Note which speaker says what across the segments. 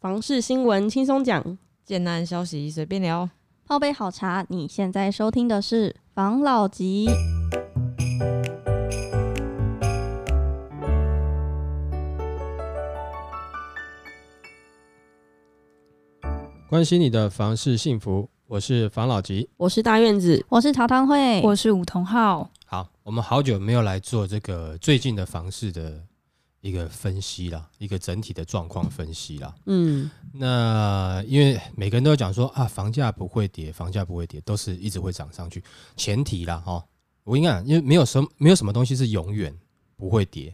Speaker 1: 房事新闻轻松讲，
Speaker 2: 简单消息随便聊。
Speaker 3: 泡杯好茶，你现在收听的是《防老集》。
Speaker 4: 关心你的房事幸福，我是房老吉。
Speaker 1: 我是大院子，
Speaker 3: 我是桃汤会，
Speaker 5: 我是梧桐浩，
Speaker 4: 好，我们好久没有来做这个最近的房市的一个分析啦，一个整体的状况分析啦。
Speaker 1: 嗯，
Speaker 4: 那因为每个人都讲说啊，房价不会跌，房价不会跌，都是一直会涨上去。前提啦，哈，我跟你讲，因为没有什么没有什么东西是永远不会跌，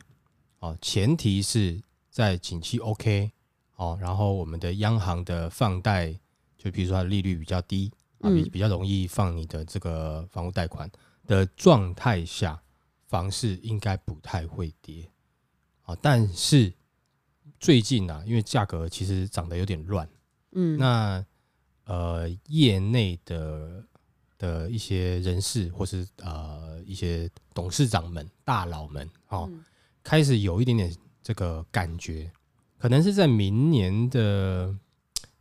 Speaker 4: 哦，前提是在景气 OK，哦，然后我们的央行的放贷，就比如说它的利率比较低，啊，比
Speaker 1: 嗯
Speaker 4: 比较容易放你的这个房屋贷款的状态下，房市应该不太会跌，啊，但是最近啊，因为价格其实涨得有点乱，
Speaker 1: 嗯，
Speaker 4: 那呃，业内的的一些人士或是呃一些董事长们、大佬们哦，
Speaker 1: 嗯
Speaker 4: 开始有一点点这个感觉，可能是在明年的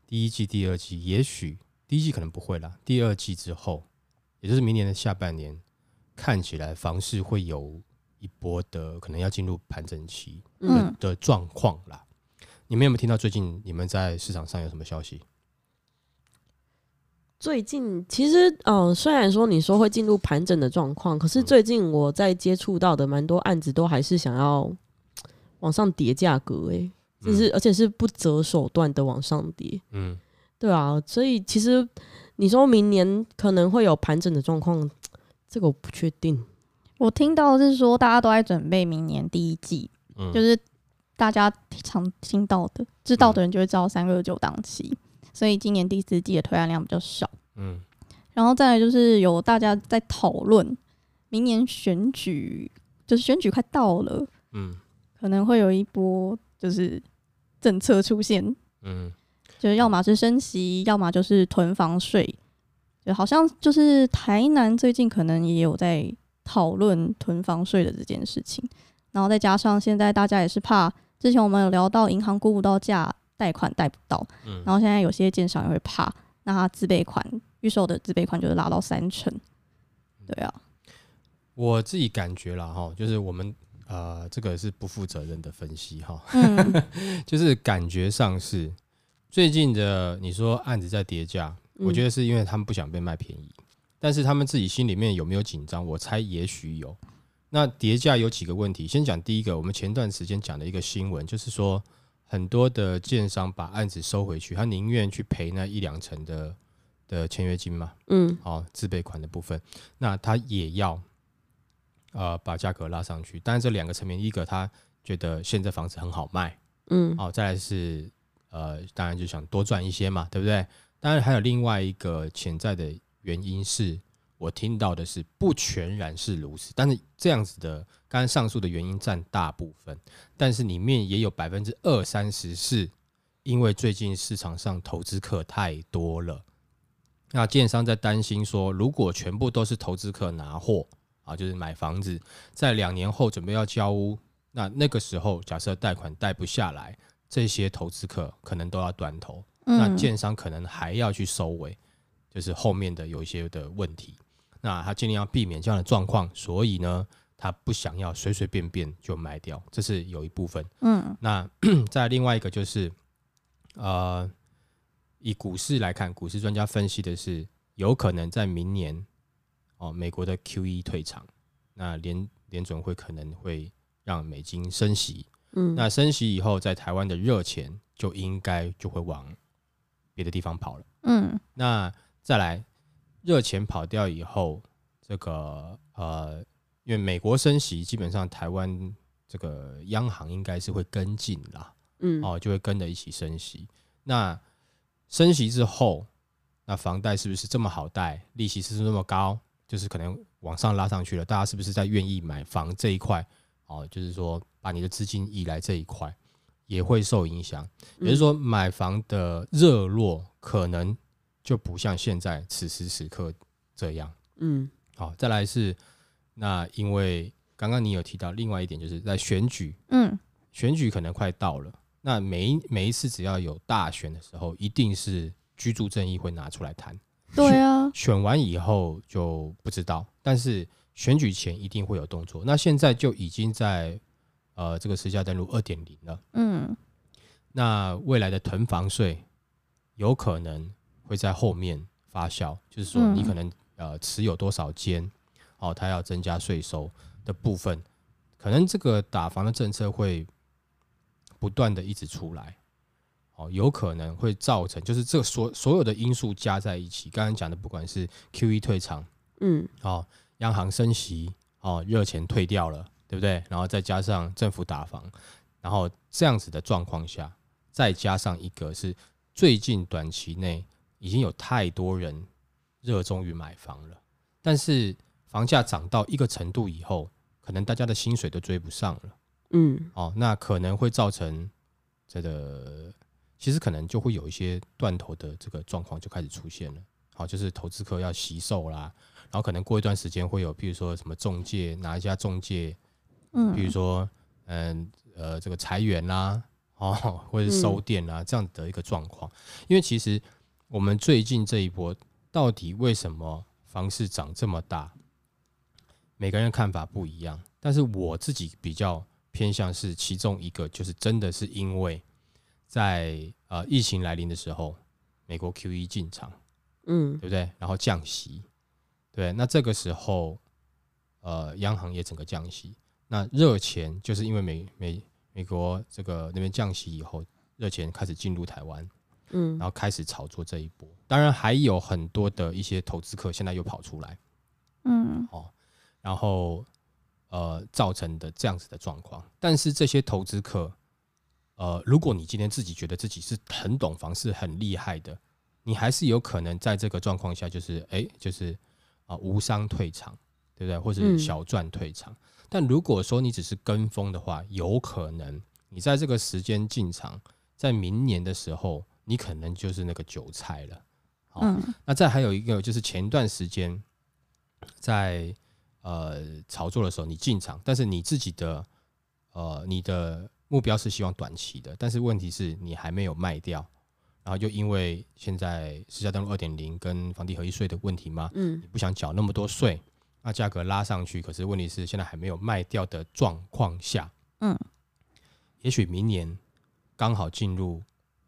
Speaker 4: 第一季、第二季，也许第一季可能不会啦，第二季之后，也就是明年的下半年，看起来房市会有一波的可能要进入盘整期
Speaker 3: 嗯，
Speaker 4: 的状况啦。你们有没有听到最近你们在市场上有什么消息？
Speaker 1: 最近其实，嗯、虽然说你说会进入盘整的状况，可是
Speaker 4: 嗯
Speaker 1: 最近我在接触到的蛮多案子都还是想要嘖往上叠价格、欸，哎，就是、而且是不择手段的往上叠，
Speaker 4: 嗯，
Speaker 1: 对啊，所以其实你说明年可能会有盘整的状况，嘖这个我不确定，
Speaker 3: 我听到的是说大家都在准备明年第一季，
Speaker 4: 嗯
Speaker 3: 就是大家常听到的、知道的人就会知道三二九档期，所以今年第四季的推案量比较少。
Speaker 4: 嗯
Speaker 3: 然后再来就是有大家在讨论明年选举，就是选举快到了，
Speaker 4: 嗯
Speaker 3: 可能会有一波就是政策出现，
Speaker 4: 嗯
Speaker 3: 就是要么是升息，要么就是囤房税。就好像就是台南最近可能也有在讨论囤房税的这件事情，然后再加上现在大家也是怕，之前我们有聊到银行估不到价，贷款贷不到，
Speaker 4: 嗯
Speaker 3: 然后现在有些建商也会怕，那他自备款预售的自备款就是拉到三成，
Speaker 4: 嗯
Speaker 3: 对啊，
Speaker 4: 我自己感觉啦哈，就是我们呃，这个是不负责任的分析哈，
Speaker 3: 嗯
Speaker 4: 就是感觉上是最近的你说案子在跌价，
Speaker 1: 嗯
Speaker 4: 我觉得是因为他们不想被卖便宜，但是他们自己心里面有没有紧张，我猜也许有。那跌价有几个问题，先讲第一个，我们前段时间讲的一个新闻，就是说很多的建商把案子收回去，他宁愿去赔那一两成的的签约金嘛，
Speaker 1: 嗯
Speaker 4: 好、自备款的部分，那他也要呃把价格拉上去。但是这两个层面，一个他觉得现在房子很好卖，
Speaker 1: 嗯
Speaker 4: 哦，再来是呃，当然就想多赚一些嘛，对不对？当然还有另外一个潜在的原因是，我听到的是不全然是如此，但是这样子的，刚刚上述的原因占大部分，但是里面也有百分之二三十是因为最近市场上投资客太多了。那建商在担心说，如果全部都是投资客拿货啊，就是买房子，在两年后准备要交屋，那那个时候假设贷款贷不下来，这些投资客可能都要断头，那
Speaker 3: 嗯，
Speaker 4: 建商可能还要去收尾，就是后面的有一些的问题。那他尽量要避免这样的状况，所以呢，他不想要随随便便就卖掉，这是有一部分。
Speaker 3: 嗯
Speaker 4: 那 再另外一个就是，呃，以股市来看，股市专家分析的是，有可能在明年哦，美国的 Q E 退场，那联联准会可能会让美金升息，
Speaker 1: 嗯，
Speaker 4: 那升息以后，在台湾的热钱就应该就会往别的地方跑了。
Speaker 3: 嗯
Speaker 4: 那再来，热钱跑掉以后，这个呃，因为美国升息，基本上台湾这个央行应该是会跟进啦，
Speaker 1: 嗯
Speaker 4: 哦，就会跟着一起升息。那升息之后，那房贷是不是这么好贷？利息是不是那么高？就是可能往上拉上去了，大家是不是在愿意买房这一块？哦，就是说把你的资金移来这一块，也会受影响。也就是说，买房的热络可能就不像现在此时此刻这样。
Speaker 1: 嗯
Speaker 4: 好、再来是那因为刚刚你有提到另外一点，就是在选举，
Speaker 3: 嗯
Speaker 4: 选举可能快到了，那每一每一次只要有大选的时候，一定是居住正义会拿出来谈。
Speaker 3: 对啊，
Speaker 4: 选完以后就不知道，但是选举前一定会有动作。那现在就已经在呃这个私家登录二点零了，
Speaker 3: 嗯，
Speaker 4: 那未来的囤房税有可能会在后面发酵，就是说
Speaker 3: 嗯
Speaker 4: 你可能、呃持有多少间，哦，它要增加税收的部分，可能这个打房的政策会不断的一直出来。哦，有可能会造成，就是这所所有的因素加在一起，刚刚讲的，不管是 Q E 退场，
Speaker 1: 嗯，
Speaker 4: 哦，央行升息，哦，热钱退掉了，对不对？然后再加上政府打房，然后这样子的状况下，再加上一个是最近短期内已经有太多人热衷于买房了，但是房价涨到一个程度以后，可能大家的薪水都追不上了，
Speaker 1: 嗯，
Speaker 4: 哦，那可能会造成这个，其实可能就会有一些断头的这个状况就开始出现了。好，就是投资客要惜售啦，然后可能过一段时间会有，譬如说什么中介哪一家中介，
Speaker 3: 嗯，
Speaker 4: 譬如说嗯呃这个裁员啦，哦或者是收店啦、这样的一个状况。因为其实我们最近这一波到底为什么房市涨这么大，每个人的看法不一样，但是我自己比较偏向是其中一个，就是真的是因为在呃疫情来临的时候，美国 Q E 进场。
Speaker 1: 嗯，
Speaker 4: 对不对？然后降息，对，那这个时候，呃，央行也整个降息，那热钱就是因为美美美国这个那边降息以后，热钱开始进入台湾，
Speaker 1: 嗯
Speaker 4: 然，后开始炒作这一波。当然还有很多的一些投资客现在又跑出来，
Speaker 3: 嗯
Speaker 4: 哦，然后呃造成的这样子的状况。但是这些投资客，呃，如果你今天自己觉得自己是很懂房市、很厉害的，你还是有可能在这个状况下，就是哎，就是啊、无伤退场，对不对？或者
Speaker 1: 嗯
Speaker 4: 是小赚退场。但如果说你只是跟风的话，有可能你在这个时间进场，在明年的时候，你可能就是那个韭菜了。好
Speaker 3: 嗯
Speaker 4: 那再还有一个就是前段时间在呃炒作的时候，你进场，但是你自己的呃你的目标是希望短期的，但是问题是你还没有卖掉，然后又因为现在私家登录二点零跟房地合一税的问题嘛，
Speaker 1: 嗯
Speaker 4: 你，不想缴那么多税，那价格拉上去，可是问题是现在还没有卖掉的状况下，
Speaker 3: 嗯，
Speaker 4: 也许明年刚好进入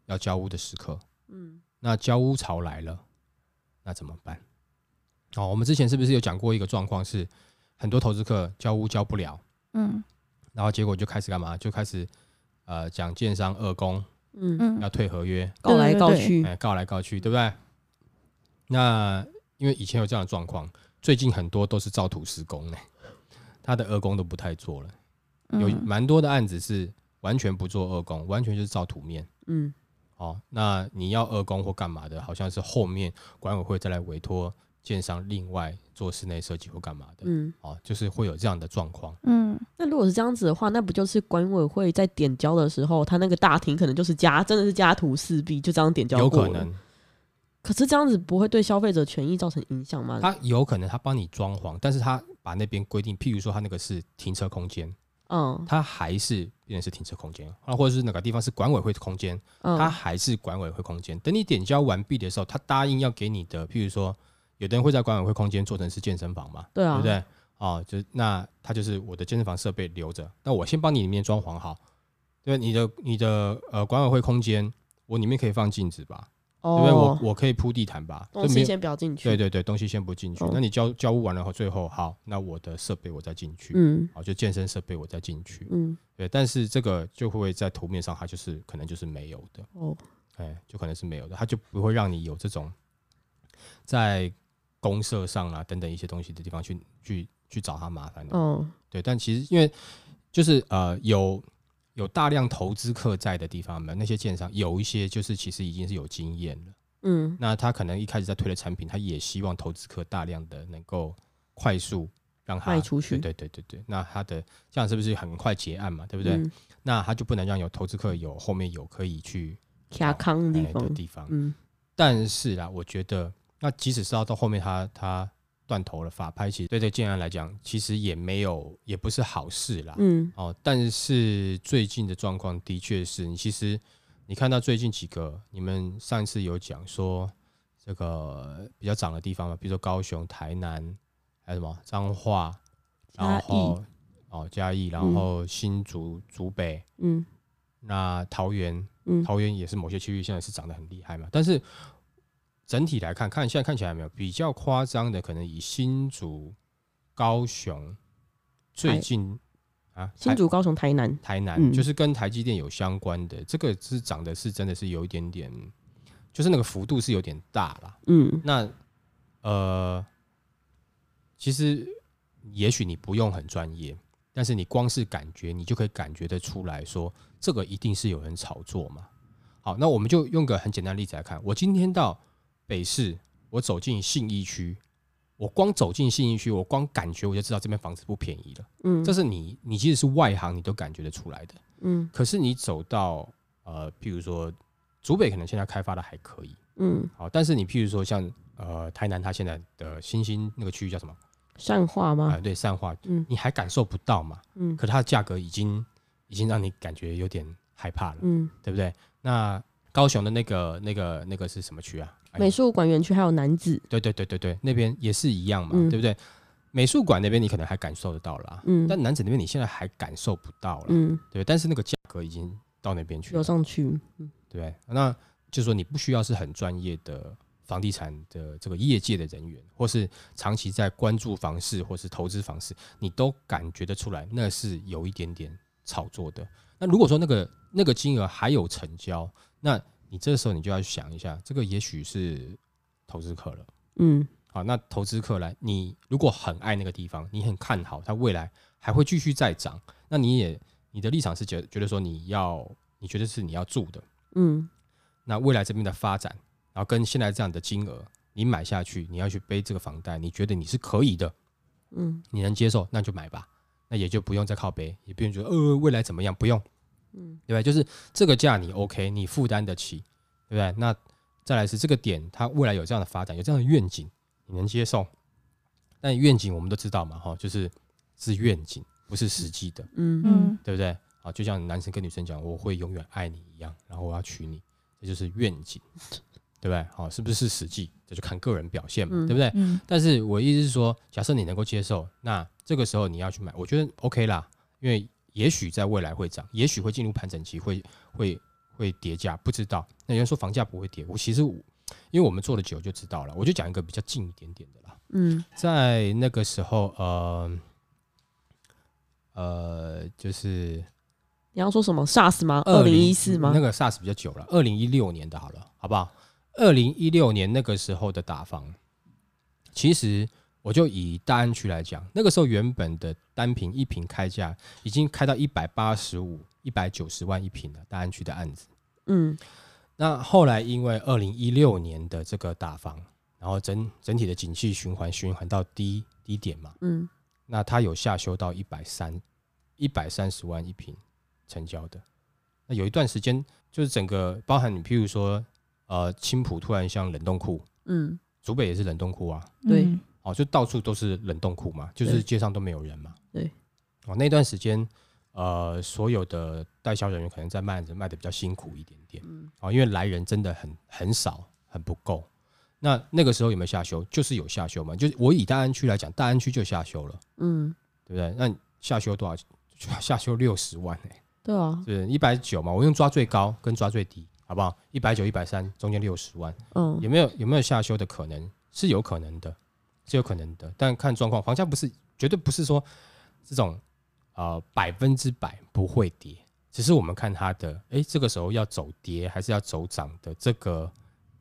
Speaker 4: 要交屋的时刻，
Speaker 1: 嗯，
Speaker 4: 那交屋潮来了，那怎么办？哦，我们之前是不是有讲过一个状况是，很多投资客交屋交不了，
Speaker 3: 嗯
Speaker 4: 然后结果就开始干嘛？就开始呃讲建商二公
Speaker 1: 嗯，
Speaker 3: 嗯
Speaker 4: 要退合约，
Speaker 1: 告来告
Speaker 3: 对对
Speaker 1: 去
Speaker 4: 哎、，告来告去，对不对？那因为以前有这样的状况，最近很多都是造土施工呢、他的二工都不太做了，有
Speaker 3: 嗯
Speaker 4: 蛮多的案子是完全不做二工，完全就是造土面。
Speaker 1: 嗯
Speaker 4: 哦，那你要二工或干嘛的，好像是后面管委会再来委托建商另外做室内设计或干嘛的，
Speaker 1: 嗯。
Speaker 4: 哦，就是会有这样的状况。
Speaker 3: 嗯
Speaker 1: 那如果是这样子的话，那不就是管委会在点交的时候，他那个大厅可能就是家，真的是家徒四壁，就这样点交
Speaker 4: 有
Speaker 1: 过
Speaker 4: 可
Speaker 1: 了
Speaker 4: 能，
Speaker 1: 可是这样子不会对消费者权益造成影响吗？
Speaker 4: 他有可能他帮你装潢，但是他把那边规定，譬如说他那个是停车空间，
Speaker 1: 嗯
Speaker 4: 他还是变成是停车空间，啊，或者是哪个地方是管委会的空间，他
Speaker 1: 嗯
Speaker 4: 还是管委会空间。等你点交完毕的时候，他答应要给你的，譬如说，有的人会在管委会空间做成是健身房嘛，
Speaker 1: 对啊
Speaker 4: 对不对？哦，就那他就是我的健身房设备留着，那我先帮你里面装潢好，对你的你的呃管委会空间，我里面可以放镜子吧，
Speaker 1: 哦，
Speaker 4: 对不对？我我可以铺地毯吧，
Speaker 1: 东
Speaker 4: 就没
Speaker 1: 西
Speaker 4: 有
Speaker 1: 先不要进去。
Speaker 4: 对对对，东西先不进去。
Speaker 1: 哦
Speaker 4: 那你交交屋完了后，最后好，那我的设备我再进去，
Speaker 1: 嗯
Speaker 4: 好，就健身设备我再进去，
Speaker 1: 嗯
Speaker 4: 对，但是这个就会在图面上，它就是可能就是没有的，
Speaker 1: 哦
Speaker 4: 哎，就可能是没有的，它就不会让你有这种在公社上啊等等一些东西的地方去去去找他麻烦的。
Speaker 1: 哦
Speaker 4: 对，但其实因为就是呃有有大量投资客在的地方嘛，那些建商有一些就是其实已经是有经验了，
Speaker 1: 嗯
Speaker 4: 那他可能一开始在推的产品，他也希望投资客大量的能够快速让他
Speaker 1: 卖出去
Speaker 4: 对对对对对，那他的这样是不是很快结案嘛？对不对？
Speaker 1: 嗯，
Speaker 4: 那他就不能让有投资客有后面有可以去
Speaker 1: 卡康的
Speaker 4: 哎
Speaker 1: 地方
Speaker 4: 的，地方。
Speaker 1: 嗯
Speaker 4: 但是啦，我觉得那即使是要到后面他他断头的法拍，其实对这个建案来讲，其实也没有，也不是好事啦。
Speaker 1: 嗯
Speaker 4: 哦，但是最近的状况的确是你其实你看到最近几个，你们上一次有讲说这个比较涨的地方嘛，比如说高雄、台南，还有什么彰化，然后哦嘉义，然后新竹、竹北，
Speaker 1: 嗯
Speaker 4: 那桃园，
Speaker 1: 嗯
Speaker 4: 桃园也是某些区域现在是涨得很厉害嘛，但是整体来看，看现在看起来没有比较夸张的，可能以新竹、高雄最
Speaker 1: 台
Speaker 4: 近啊，
Speaker 1: 新
Speaker 4: 台
Speaker 1: 竹、高雄、台南，
Speaker 4: 台南、
Speaker 1: 嗯
Speaker 4: 就是跟台积电有相关的，这个是涨的是真的是有一点点，就是那个幅度是有点大啦。
Speaker 1: 嗯
Speaker 4: 那呃，其实也许你不用很专业，但是你光是感觉，你就可以感觉得出来说，这个一定是有人炒作嘛。好，那我们就用个很简单的例子来看，我今天到北市，我走进信义区，我光走进信义区，我光感觉我就知道这边房子不便宜了。
Speaker 1: 嗯
Speaker 4: 这是你，你即使是外行，你都感觉得出来的。
Speaker 1: 嗯
Speaker 4: 可是你走到呃，譬如说竹北，可能现在开发的还可以，
Speaker 1: 嗯，
Speaker 4: 好，但是你譬如说像呃台南，它现在的新兴那个区域叫什么？
Speaker 1: 善化
Speaker 4: 啊、
Speaker 1: 吗？
Speaker 4: 对，善化，
Speaker 1: 嗯
Speaker 4: 你还感受不到嘛？
Speaker 1: 嗯
Speaker 4: 可它的价格已经已经让你感觉有点害怕了，
Speaker 1: 嗯，
Speaker 4: 对不对？那高雄的那个那个那个是什么区啊？哎
Speaker 1: 美术馆园区还有男子，
Speaker 4: 对对对对对，那边也是一样嘛，
Speaker 1: 嗯
Speaker 4: 对不对？美术馆那边你可能还感受得到啦，
Speaker 1: 嗯
Speaker 4: 但南子那边你现在还感受不到了，
Speaker 1: 嗯，
Speaker 4: 对，但是那个价格已经到那边去
Speaker 1: 有
Speaker 4: 了，
Speaker 1: 上去，嗯
Speaker 4: 对不对，那就是说你不需要是很专业的房地产的这个业界的人员，或是长期在关注房市或是投资房市，你都感觉得出来，那是有一点点炒作的。那如果说那个那个金额还有成交，那你这时候你就要想一下，这个也许是投资客了。
Speaker 1: 嗯
Speaker 4: 好，那投资客来，你如果很爱那个地方，你很看好它未来还会继续再涨，那你也你的立场是觉觉得说你要，你觉得是你要住的，
Speaker 1: 嗯
Speaker 4: 那未来这边的发展，然后跟现在这样的金额，你买下去，你要去背这个房贷，你觉得你是可以的，
Speaker 1: 嗯
Speaker 4: 你能接受，那就买吧，那也就不用再靠背，也不用觉得呃未来怎么样，不用，
Speaker 1: 嗯
Speaker 4: 对吧？就是这个价你 OK，你负担得起，对不对？那再来是这个点，它未来有这样的发展，有这样的愿景，你能接受？但愿景我们都知道嘛，哈，就是是愿景，不是实际的，
Speaker 1: 嗯
Speaker 3: 嗯，
Speaker 4: 对不对？啊，就像男生跟女生讲我会永远爱你一样，然后我要娶你，这就是愿景，对不对？好，是不是实际？这就看个人表现嘛，
Speaker 1: 嗯
Speaker 4: 对不对？
Speaker 2: 嗯，
Speaker 4: 但是我意思是说，假设你能够接受，那这个时候你要去买，我觉得 OK 啦，因为也许在未来会涨，也许会进入盘整期，会会会跌价，不知道。那有人说房价不会跌，我其实我因为我们做的久就知道了，我就讲一个比较近一点点的啦，
Speaker 1: 嗯
Speaker 4: 在那个时候，呃呃，就是
Speaker 1: 你要说什么 SARS 吗？二零一四
Speaker 4: 20
Speaker 1: 吗
Speaker 4: 那？个 SARS 比较久了，二零一六年的好了，好不好？二零一六年那个时候的打房，其实我就以大安区来讲，那个时候原本的单平一平开价已经开到一百八十五、一百九十万一平了，大安区的案子。
Speaker 1: 嗯
Speaker 4: 那后来因为二零一六年的这个打房，然后整整体的景气循环循环到低低点嘛，
Speaker 1: 嗯
Speaker 4: 那它有下修到一百三一百三十万一平成交的。那有一段时间，就是整个包含你，譬如说，呃，青浦突然像冷冻库，
Speaker 1: 嗯
Speaker 4: 竹北也是冷冻库啊，
Speaker 1: 对
Speaker 2: 嗯
Speaker 4: 哦，就到处都是冷冻库嘛，就是
Speaker 1: 对
Speaker 4: 街上都没有人嘛。
Speaker 1: 对。
Speaker 4: 哦，那段时间，呃，所有的代销人员可能在卖着卖的比较辛苦一点点，
Speaker 1: 嗯
Speaker 4: 哦，因为来人真的很很少，很不够。那那个时候有没有下修？就是有下修嘛，就是我以大安区来讲，大安区就下修了。
Speaker 1: 嗯，
Speaker 4: 对不对？那你下修多少 钱？下修六十万哎、
Speaker 1: 对啊，
Speaker 4: 是一百九嘛？我用抓最高跟抓最低，好不好？一百九、一百三，中间六十万，
Speaker 1: 嗯
Speaker 4: 有没有有没有下修的可能？是有可能的，是有可能的，但看状况，房价不是绝对不是说这种呃百分之百不会跌，只是我们看它的诶，这个时候要走跌还是要走涨的这个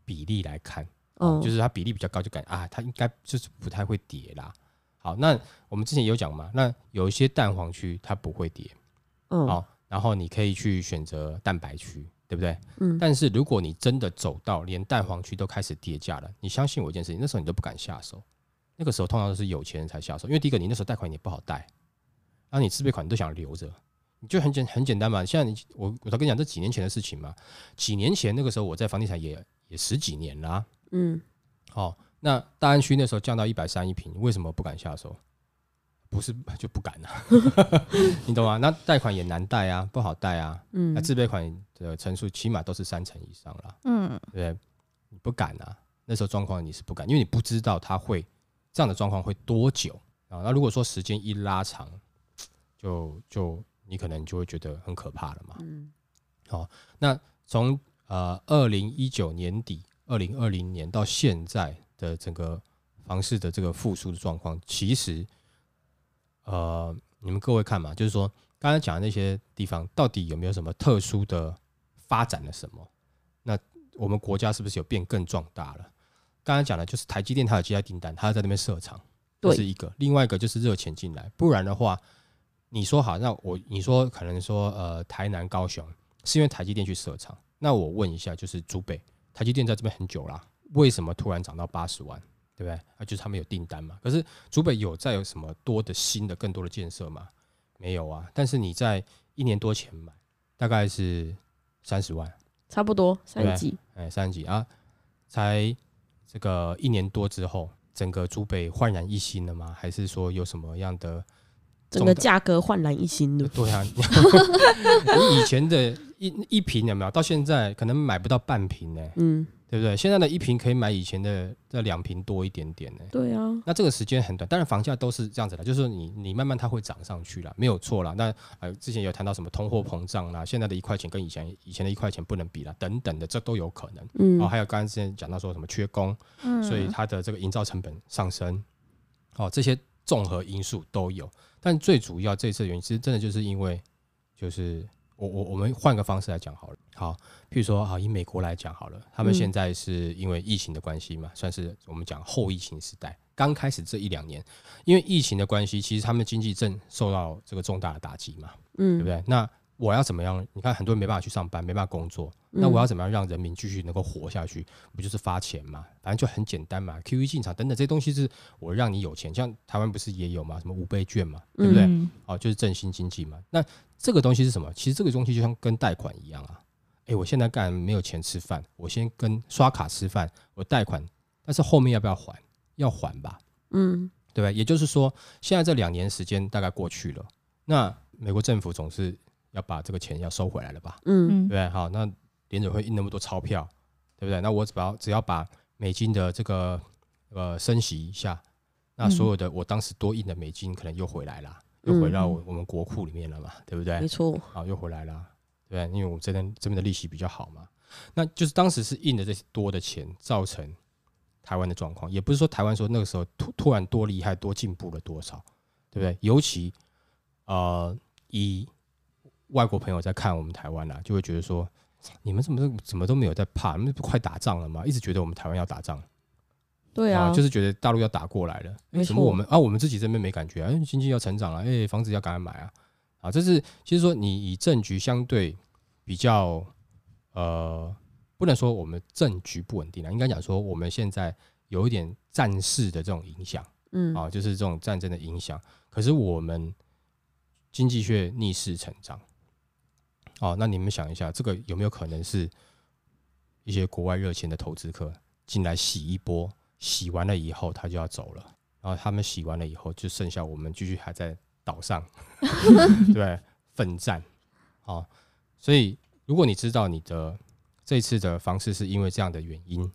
Speaker 4: 比例来看。哦，
Speaker 1: 嗯，
Speaker 4: 就是它比例比较高，就感觉啊，它应该就是不太会跌啦。好，那我们之前也有讲嘛，那有一些蛋黄区它不会跌，
Speaker 1: 嗯
Speaker 4: 好，然后你可以去选择蛋白区，对不对？
Speaker 1: 嗯
Speaker 4: 但是如果你真的走到连蛋黄区都开始跌价了，你相信我一件事情，那时候你都不敢下手，那个时候通常都是有钱人才下手，因为第一个你那时候贷款你也不好贷，然后你自备款你都想留着。你就很简很简单嘛，现在你我我才跟你讲这几年前的事情嘛，几年前那个时候我在房地产也也十几年啦、
Speaker 1: 嗯
Speaker 4: 哦，那大安区那时候降到一百三一平，为什么不敢下手？不是 就不敢啊，你懂吗？那贷款也难贷啊，不好贷啊。那、
Speaker 1: 嗯，
Speaker 4: 自备款的成数起码都是三成以上啦，
Speaker 3: 嗯，
Speaker 4: 对不对？你不敢啊，那时候状况你是不敢，因为你不知道它会这样的状况会多久啊。那如果说时间一拉长，就就你可能就会觉得很可怕了嘛。
Speaker 1: 嗯
Speaker 4: 从呃二零一九年底、二零二零年到现在的整个房市的这个复苏的状况，其实呃，你们各位看嘛，就是说刚才讲的那些地方，到底有没有什么特殊的发展了什么？那我们国家是不是有变更壮大了？刚才讲的就是台积电，它有接待订单，它在那边设厂，这
Speaker 1: 对
Speaker 4: 是一个；另外一个就是热钱进来，不然的话，你说好，那我你说可能说呃，台南、高雄是因为台积电去设厂，那我问一下，就是竹北台积电在这边很久啦，为什么突然涨到八十万？对不对？啊，就是他们有订单嘛。可是竹北有在有什么多的新的、更多的建设吗？没有啊。但是你在一年多前买，大概是三十万，
Speaker 1: 差不多
Speaker 4: 对
Speaker 1: 三级，
Speaker 4: 哎，三十几啊，才这个一年多之后，整个竹北焕然一新了吗？还是说有什么样的？啊
Speaker 1: 整个价格焕然一新的，
Speaker 4: 对啊，你以前的一一瓶有没有？到现在可能买不到半瓶呢、
Speaker 1: 嗯，
Speaker 4: 对不对？现在的一瓶可以买以前的这两瓶多一点点呢、欸
Speaker 1: 对啊，
Speaker 4: 那这个时间很短，当然房价都是这样子的，就是说你你慢慢它会涨上去啦，没有错啦。那呃之前有谈到什么通货膨胀啊啦，现在的一块钱跟以前以前的一块钱不能比啦，等等的，这都有可能。
Speaker 1: 嗯
Speaker 4: 哦，，还有刚才之前讲到说什么缺工，
Speaker 3: 嗯
Speaker 4: 所以它的这个营造成本上升，哦，这些综合因素都有。但最主要这次的原因，其实真的就是因为，就是我我我们换个方式来讲好了。好，譬如说啊，以美国来讲好了，他们
Speaker 1: 嗯
Speaker 4: 现在是因为疫情的关系嘛，算是我们讲后疫情时代。刚开始这一两年，因为疫情的关系，其实他们经济正受到这个重大的打击嘛，对不
Speaker 1: 嗯，
Speaker 4: 对？那我要怎么样？你看，很多人没办法去上班，没办法工作，那我要怎么样让人民继续能够活下去？不就是发钱嘛，反正就很简单嘛，QE 进场等等这些东西是我让你有钱，像台湾不是也有嘛，什么五倍券嘛，对不对？
Speaker 3: 嗯
Speaker 4: 哦，就是振兴经济嘛。那这个东西是什么？其实这个东西就像跟贷款一样啊。诶，我现在干没有钱吃饭，我先跟刷卡吃饭，我贷款，但是后面要不要还？要还吧，
Speaker 1: 嗯，
Speaker 4: 对吧？也就是说，现在这两年时间大概过去了，那美国政府总是要把这个钱要收回来了吧？
Speaker 1: 嗯
Speaker 3: 嗯
Speaker 4: 对不对？好，那联准会印那么多钞票，对不对？那我只要只要把美金的这个呃升息一下，那
Speaker 1: 嗯
Speaker 4: 所有的我当时多印的美金可能又回来啦，又回到我我们国库里面了嘛，对不
Speaker 1: 嗯没
Speaker 4: 对？
Speaker 1: 错，
Speaker 4: 好，哦又回来啦，对啊不对，因为我们这边这边的利息比较好嘛，那就是当时是印的这些多的钱造成。台湾的状况，也不是说台湾说那个时候突突然多厉害、多进步了多少，对不对？尤其呃，以外国朋友在看我们台湾啦、就会觉得说，你们怎么怎么都没有在怕？你们不快打仗了吗？一直觉得我们台湾要打仗，
Speaker 1: 对啊，
Speaker 4: 哦就是觉得大陆要打过来了，为
Speaker 1: 没
Speaker 4: 什么
Speaker 1: 错
Speaker 4: 我们啊我们自己这边没感觉啊？哎经济要成长了、啊，哎、房子要赶快买啊，啊，这是其实说你以政局相对比较呃，不能说我们政局不稳定了，应该讲说我们现在有一点战事的这种影响。
Speaker 1: 嗯
Speaker 4: 啊，就是这种战争的影响。可是我们经济却逆势成长，哦，那你们想一下，这个有没有可能是一些国外热钱的投资客进来洗一波，洗完了以后他就要走了，然后他们洗完了以后，就剩下我们继续还在岛上，对，奋战，哦，所以如果你知道你的这次的房市是因为这样的原因，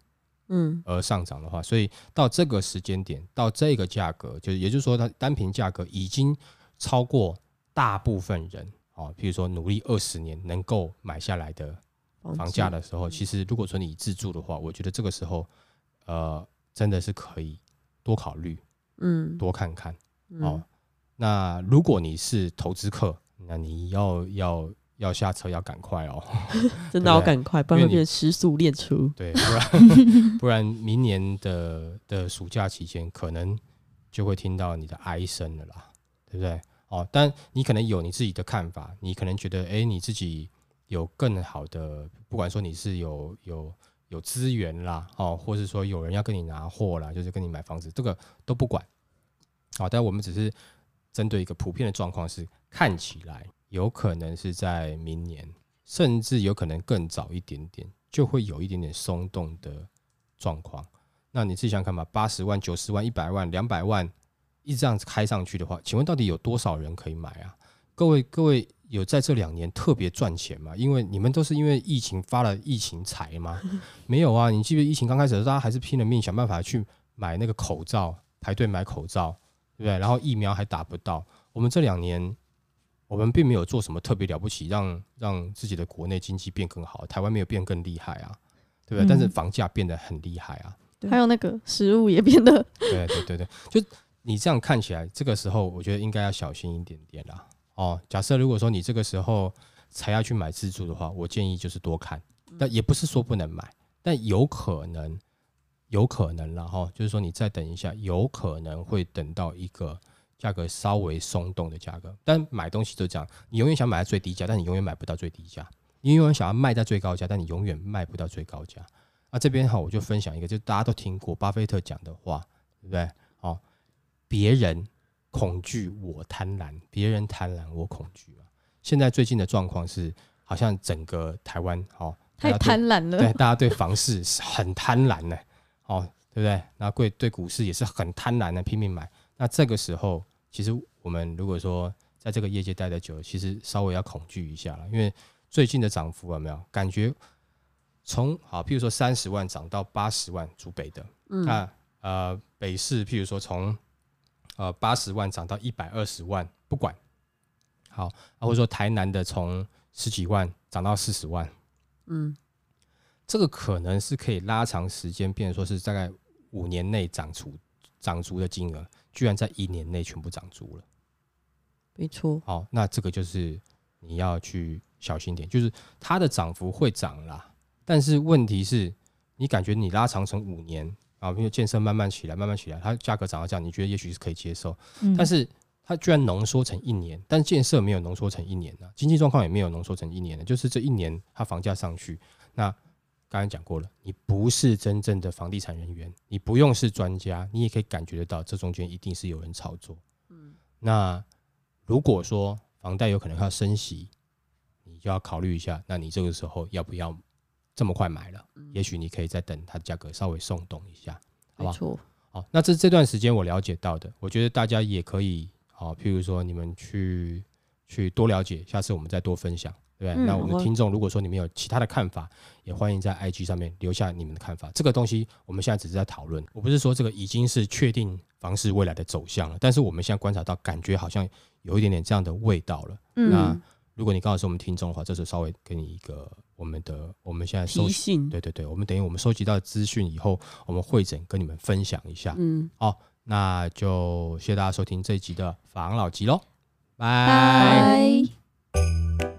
Speaker 1: 嗯
Speaker 4: 而呃上涨的话，所以到这个时间点，到这个价格，就是也就是说，它单瓶价格已经超过大部分人哦，譬如说努力二十年能够买下来的房价的时候，其实如果说你自住的话，我觉得这个时候，呃，真的是可以多考虑、
Speaker 1: 嗯
Speaker 4: 多看看
Speaker 1: 嗯
Speaker 4: 哦。那如果你是投资客，那你要要要下车要赶快哦。
Speaker 1: 真的要赶快，不然
Speaker 4: 因
Speaker 1: 会
Speaker 4: 为你
Speaker 1: 变成时速列车。
Speaker 4: 对，不然 不然明年的的暑假期间，可能就会听到你的哀声了啦，对不对？哦，但你可能有你自己的看法，你可能觉得，哎，你自己有更好的，不管说你是有有有资源啦，哦，或是说有人要跟你拿货啦，就是跟你买房子，这个都不管。好、但我们只是针对一个普遍的状况是，看起来有可能是在明年，甚至有可能更早一点点，就会有一点点松动的状况。那你自己想想看吧，八十万、九十万、一百万、两百万，一直这样子开上去的话，请问到底有多少人可以买啊？各位，各位有在这两年特别赚钱吗？因为你们都是因为疫情发了疫情财吗？没有啊，你记不记得疫情刚开始的时候，大家还是拼了命想办法去买那个口罩，排队买口罩，对不对？然后疫苗还打不到。我们这两年，我们并没有做什么特别了不起，让让自己的国内经济变更好，台湾没有变更厉害啊，对不对？
Speaker 3: 嗯
Speaker 4: 但是房价变得很厉害啊，
Speaker 2: 对
Speaker 3: 还有那个食物也变得
Speaker 4: 对对对对，就你这样看起来，这个时候我觉得应该要小心一点点啦。哦，假设如果说你这个时候才要去买自助的话，我建议就是多看，但也不是说不能买，但有可能，有可能啦哈、哦，就是说你再等一下，有可能会等到一个价格稍微松动的价格。但买东西就这样，你永远想买在最低价，但你永远买不到最低价；你永远想要卖在最高价，但你永远卖不到最高价。啊，这边哈，我就分享一个，就大家都听过巴菲特讲的话，对不对？哦，别人恐惧我贪婪，别人贪婪我恐惧嘛。现在最近的状况是，好像整个台湾哦，
Speaker 3: 太
Speaker 4: 大家对
Speaker 3: 贪婪了
Speaker 4: 对，，大家对房市是很贪婪 呢、哦，对不对？那对对股市也是很贪婪的，拼命买。那这个时候，其实我们如果说在这个业界待得久，其实稍微要恐惧一下了，因为最近的涨幅有没有感觉从好，譬如说三十万涨到八十万，主北的，
Speaker 1: 嗯，
Speaker 4: 那呃北市，譬如说从呃八十万涨到一百二十万，不管好，啊或者说台南的从十几万涨到四十万，
Speaker 1: 嗯，
Speaker 4: 这个可能是可以拉长时间，变成说是大概五年内涨出涨足的金额，居然在一年内全部涨足了。
Speaker 1: 没错，
Speaker 4: 好，那这个就是你要去小心点，就是它的涨幅会涨啦，但是问题是，你感觉你拉长成五年啊，因为健身慢慢起来，慢慢起来，它价格涨到这样，你觉得也许是可以接受，
Speaker 3: 嗯
Speaker 4: 但是它居然浓缩成一年，但建设没有浓缩成一年呢、经济状况也没有浓缩成一年呢、啊就是这一年它房价上去，那刚才讲过了，你不是真正的房地产人员，你不用是专家，你也可以感觉得到，这中间一定是有人炒作。那如果说房贷有可能要升息，你就要考虑一下，那你这个时候要不要这么快买了？也许你可以再等它的价格稍微松动一下。好吧
Speaker 1: 没错，
Speaker 4: 好，那这这段时间我了解到的，我觉得大家也可以，好、譬如说你们去去多了解，下次我们再多分享，对不对？
Speaker 3: 嗯
Speaker 4: 那我们
Speaker 1: 好啊
Speaker 4: 听众如果说你们有其他的看法，也欢迎在 IG 上面留下你们的看法。这个东西我们现在只是在讨论，我不是说这个已经是确定房市未来的走向了，但是我们现在观察到，感觉好像有一点点这样的味道了。那
Speaker 3: 嗯，
Speaker 4: 如果你刚好是我们听众的话，这是稍微给你一个我们的我们现在收
Speaker 1: 提
Speaker 4: 集，
Speaker 1: 醒，
Speaker 4: 对对对，我们等于我们收集到的资讯以后，我们会诊跟你们分享一下。
Speaker 1: 嗯，
Speaker 4: 那就谢谢大家收听这一集的防老集喽，拜
Speaker 3: 拜。